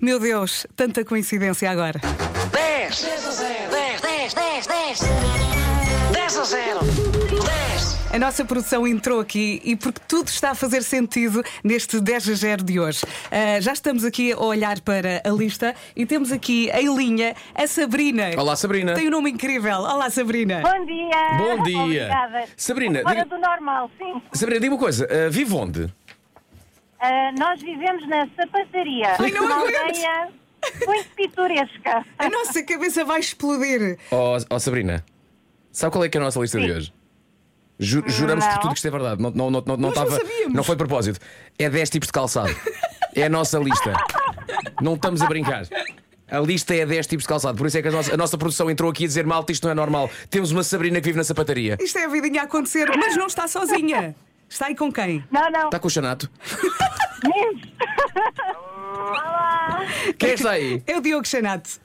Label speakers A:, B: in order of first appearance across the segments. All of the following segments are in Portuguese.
A: Meu Deus, tanta coincidência agora.
B: 10, 10, 10, 10, 10, 10 a 0, 10.
A: A nossa produção entrou aqui e porque tudo está a fazer sentido neste 10 a 0 de hoje. Ah, já estamos aqui a olhar para a lista e temos aqui em linha a Sabrina.
C: Olá, Sabrina.
A: Tem um nome incrível. Olá, Sabrina.
D: Bom dia!
C: Bom dia.
D: Obrigada.
C: Sabrina,
D: Fora
C: diga-
D: do normal, sim.
C: Sabrina, diga uma coisa, eh, vive onde?
D: Ah, nós vivemos na sapataria.
A: Ai, não
D: uma
A: aguento.
D: aldeia muito pitoresca.
A: A nossa cabeça vai explodir.
C: Ó ó, Sabrina, sabe qual é que é a nossa lista de hoje? Ju- juramos por
D: Não.
C: tudo que isto é verdade. Não, não, não, não,
A: Ah, Nós não
C: tava-
A: sabíamos.
C: não foi propósito. É 10 tipos de calçado. É a nossa lista. Não estamos a brincar. A lista é 10 tipos de calçado. Por isso é que a nossa, a nossa produção entrou aqui a dizer malta, isto não é normal. Temos uma Sabrina que vive na sapataria.
A: Isto é a vidinha a acontecer, mas não está sozinha. Está aí com quem?
D: Não, não,
C: Está com o Xanato?
D: mesmo. Olá!
C: Quem é que está aí?
A: É o Diogo Xanato.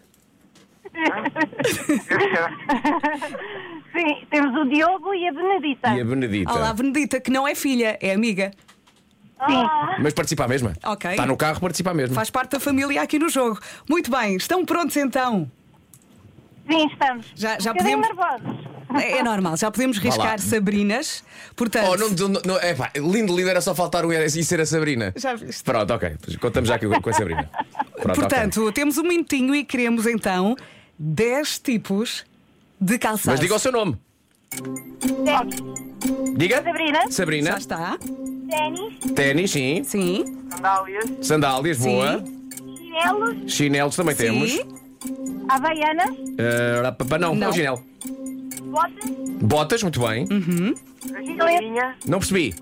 D: Sim, temos o Diogo e a Benedita.
C: E a Benedita.
A: Tá. Olá, Benedita, que não é filha, é amiga.
D: Sim.
C: Mas participa à mesma.
A: Ok.
C: Está no carro, participa à mesma.
A: Faz parte da família aqui no jogo. Muito bem, estão prontos então?
D: Sim, estamos.
A: Já- já
D: um bocadinho
A: podemos-
D: nervosos.
A: É, é normal, já podemos riscar
C: lá.
A: Sabrinas. Portanto,
C: Oh, não, não, não, é pá, lindo, lindo, era só faltar um e ser a Sabrina.
A: Já viste.
C: Pronto, ok. Contamos já aqui com a Sabrina. Pronto,
A: portanto
C: ok.
A: temos um minutinho e queremos então 10 tipos de calçado.
C: Mas diga o seu nome.
D: Ténis.
C: Diga.
D: Sabrina.
A: Já
C: Sabrina.
A: está?
D: Ténis.
C: Ténis, sim.
A: Sim.
C: Sandálias, boa.
D: Chinelos.
C: Chinelos também temos.
A: Sim.
D: Havaianas.
C: Ah, pá, não,
A: Não. Hum.
C: não, chinelo.
D: Botas.
C: Botas, muito bem.
D: Estiletos.
C: Não percebi.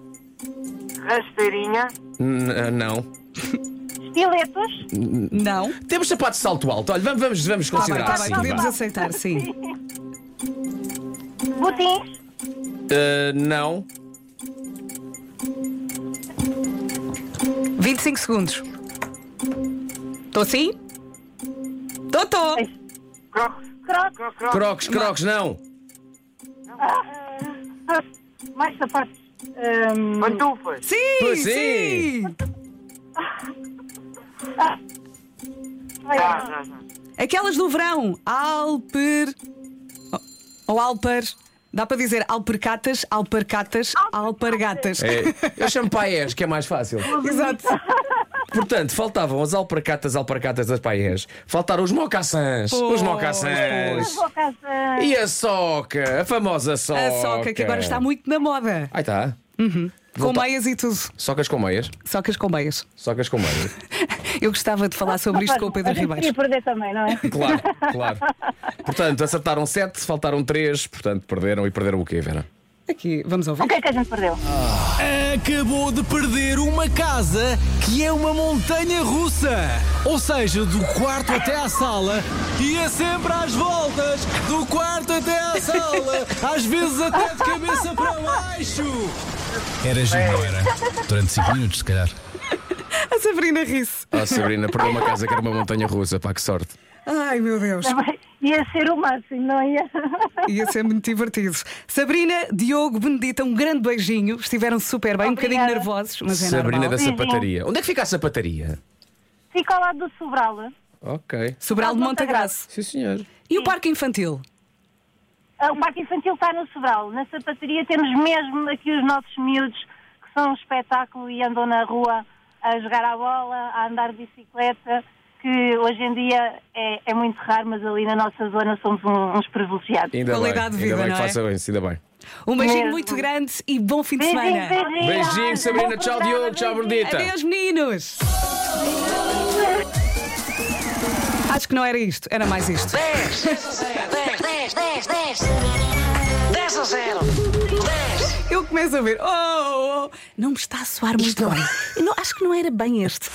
E: Rasteirinha,
C: N- ah, não.
D: Estiletos.
C: Hum.
A: Não.
C: Temos sapatos de salto alto. Olha, vamos, vamos, vamos
A: Está Tá bem,
C: considerar
A: está
C: assim.
A: bem, podemos
C: vá.
A: aceitar, sim.
D: Botins.
C: Ah, não.
A: 25 segundos. Estou sim? Estou, estou.
E: crocs,
D: Crocs.
E: crocs, crocs,
C: Crocs, crocs, não.
D: Ah, Mais sapatos. Hum, Ahm,
E: pantufas,
A: Sim,
C: Pois
A: sim.
C: sim.
E: já,
D: ah,
E: já, já.
A: Aquelas do verão. Alper. Oh, Ou alper. Dá para dizer alpercatas, alpercatas, alpargatas.
C: É, eu chamo paés, que é mais fácil.
A: Exato.
C: Portanto, faltavam as alparcatas, alparcatas das paés, faltaram os mocassins,
A: Pois,
C: os mocassins.
A: pois.
D: vou à casa.
C: E a soca, a famosa soca.
A: A soca, Ah, que agora está muito na moda.
C: Aí está.
A: Com
C: Volta-
A: meias e tudo.
C: Socas com meias.
A: Socas com meias.
C: Socas com meias.
A: Eu gostava de falar sobre isto com o Pedro
D: A gente
A: Ribeiro.
D: Queria perder também, não é?
C: Claro, claro. Portanto, acertaram sete, faltaram três, portanto, perderam e perderam o quê, Vera?
A: Aqui, vamos ouvir.
D: O que é que a gente perdeu?
A: Ah.
F: Acabou de perder uma casa que é uma montanha russa. Ou seja, do quarto até à sala e é sempre às voltas, do quarto até à sala, às vezes até de cabeça para baixo. Era giro, era. Durante 5 minutos, se calhar.
A: A Sabrina ri-se.
C: Ah, Sabrina, perdeu uma casa que era uma montanha russa, pá, que sorte.
A: Ai, meu Deus.
D: Ia ser o máximo, não ia?
A: Ia ser muito divertido. Sabrina, Diogo, Benedita, um grande beijinho. Estiveram super bem, um
D: Obrigada.
A: bocadinho nervosos, mas é
C: Sabrina
A: normal. Uhum.
C: da sapataria. Onde é que fica a sapataria?
D: Fica ao lado do Sobral.
C: Ok.
A: Sobral de
D: Sobral de
A: Montagraço.
C: Sim, senhor.
A: E o Parque Infantil?
D: Ah, O parque infantil está no Sobral. Na sapataria temos mesmo aqui os nossos miúdos que são um espetáculo e andam na rua a jogar à bola, a andar de bicicleta, que hoje em dia é, é muito raro, mas ali na nossa zona somos um- uns privilegiados.
C: Ainda
A: Qualidade de
C: bem,
A: vida,
C: ainda bem
A: não
C: que
A: é?
C: faça isso, ainda bem.
A: Um beijinho
D: Mesmo.
A: muito grande e bom fim de
D: Beijinho,
A: semana.
D: beijinho.
C: Beijinho, Sabrina.
D: Bom
C: Tchau,
D: programa,
C: Diogo. Tchau,
D: beijinho.
C: Bernita.
A: Adeus, meninos. Acho que não era isto, era mais isto.
B: 10, 10, 10, 10, 10 a 0, 10.
A: Eu começo a ver. Oh, oh, oh. Não me está a soar muito bem. Eu não- acho que não era bem este.